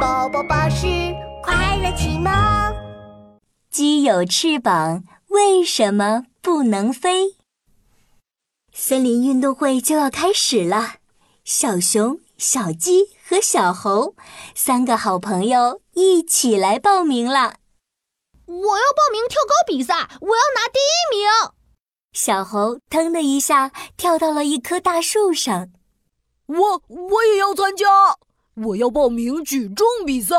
宝宝巴士快乐启蒙。鸡有翅膀，为什么不能飞？森林运动会就要开始了，小熊、小鸡和小猴三个好朋友一起来报名了。我要报名跳高比赛，我要拿第一名。小猴腾的一下跳到了一棵大树上，我我也要参加，我要报名举重比赛。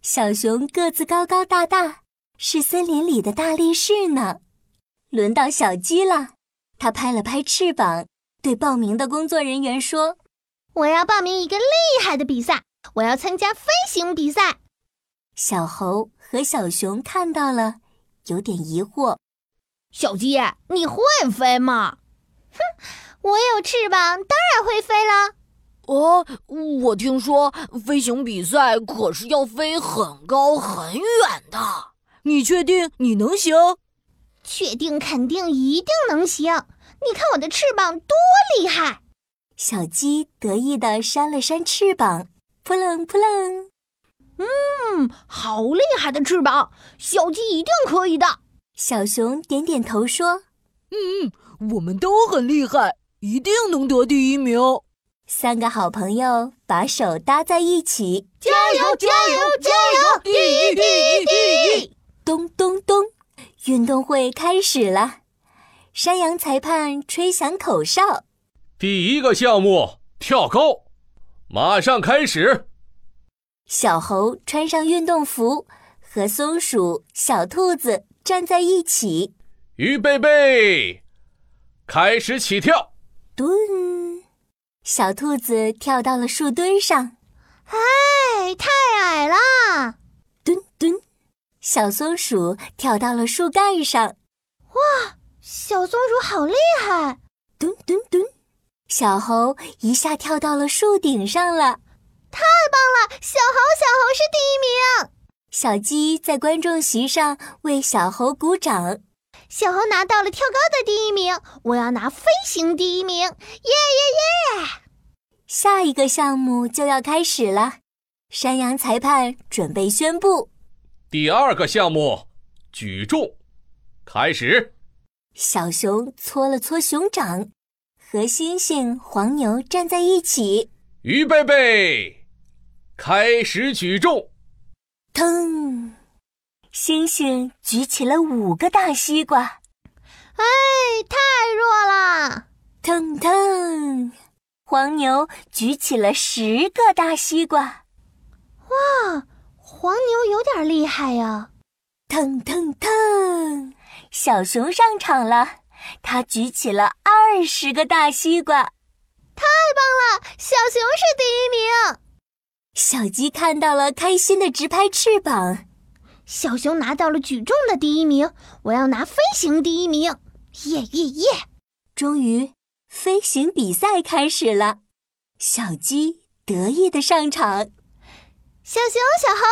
小熊个子高高大大，是森林里的大力士呢。轮到小鸡了，它拍了拍翅膀，对报名的工作人员说我要报名一个厉害的比赛，我要参加飞行比赛。：“小猴和小熊看到了，有点疑惑。小鸡，你会飞吗？哼，我有翅膀，当然会飞了。哦，我听说飞行比赛可是要飞很高很远的，你确定你能行？确定，肯定，一定能行。你看我的翅膀多厉害！”小鸡得意地扇了扇翅膀，扑棱扑棱。嗯，好厉害的翅膀，小鸡一定可以的。小熊点点头说我们都很厉害，一定能得第一名。：“三个好朋友把手搭在一起，加油！加油！加油！第一！第一！第一！咚咚咚，运动会开始了。山羊裁判吹响口哨，第一个项目跳高，马上开始。小猴穿上运动服，和松鼠、小兔子站在一起。预备备，开始起跳。蹲，小兔子跳到了树墩上，哎，太矮了！蹲蹲。小松鼠跳到了树干上，小松鼠好厉害！蹲蹲蹲。小猴一下跳到了树顶上了。小猴，小猴是第一名，小鸡在观众席上为小猴鼓掌。小猴拿到了跳高的第一名，我要拿飞行第一名！耶耶耶！下一个项目就要开始了，山羊裁判准备宣布：第二个项目举重，开始。小熊搓了搓熊掌，和猩猩、黄牛站在一起，预备备，开始举重。腾！猩猩举起了五个大西瓜，哎，太弱了！腾腾！黄牛举起了十个大西瓜，黄牛有点厉害呀、腾腾腾！小熊上场了，它举起了二十个大西瓜。小熊是第一名，小鸡看到了，开心的直拍翅膀。小熊拿到了举重的第一名，我要拿飞行第一名！耶耶耶！终于，飞行比赛开始了。小鸡得意的上场，小熊、小猴，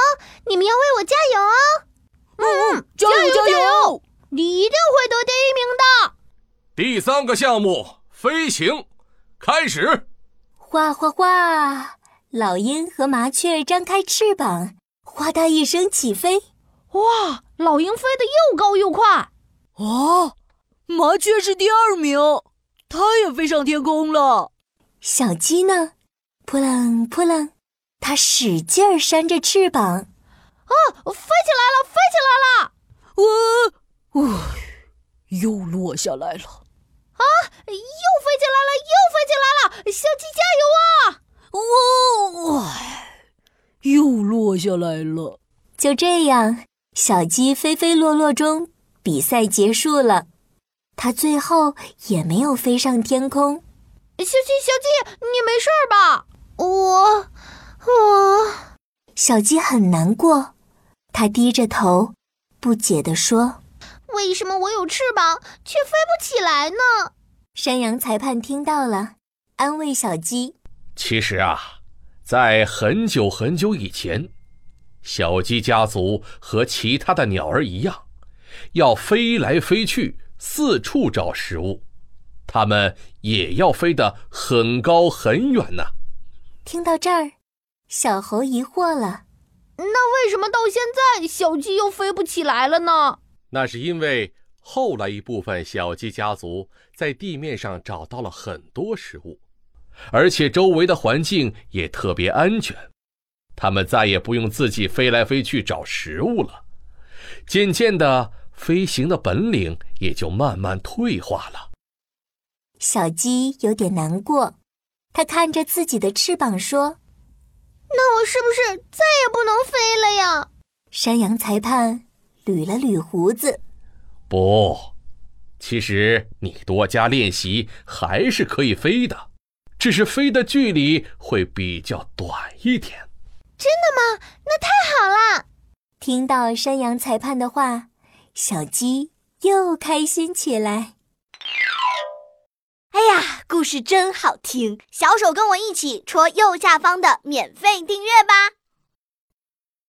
你们要为我加油哦！加油！加油！你一定会得第一名的！第三个项目飞行，开始。哗哗哗！老鹰和麻雀张开翅膀，哗嗒一声起飞。哇，老鹰飞得又高又快！哦，麻雀是第二名，它也飞上天空了。小鸡呢，扑棱扑棱，它使劲儿扇着翅膀。飞起来了，飞起来了！呃，呃又落下来了。又飞起来了，又飞起来了！小鸡加油啊！哦，唉又落下来了。就这样，小鸡飞飞落落中，比赛结束了。它最后也没有飞上天空。小鸡，小鸡，你没事儿吧？我，我，小鸡很难过，它低着头，不解地说为什么我有翅膀却飞不起来呢？：“山羊裁判听到了，安慰小鸡。其实啊，在很久很久以前，小鸡家族和其他的鸟儿一样，要飞来飞去，四处找食物。它们也要飞得很高很远呢、听到这儿，小猴疑惑了，那为什么到现在小鸡又飞不起来了呢？那是因为后来一部分小鸡家族在地面上找到了很多食物，而且周围的环境也特别安全，它们再也不用自己飞来飞去找食物了。渐渐的，飞行的本领也就慢慢退化了。小鸡有点难过，它看着自己的翅膀说那我是不是再也不能飞了呀？：“山羊裁判捋了捋胡子，不，其实你多加练习还是可以飞的，只是飞的距离会比较短一点。好啦，听到山羊裁判的话，小鸡又开心起来。哎呀，故事真好听！小手跟我一起戳右下方的免费订阅吧。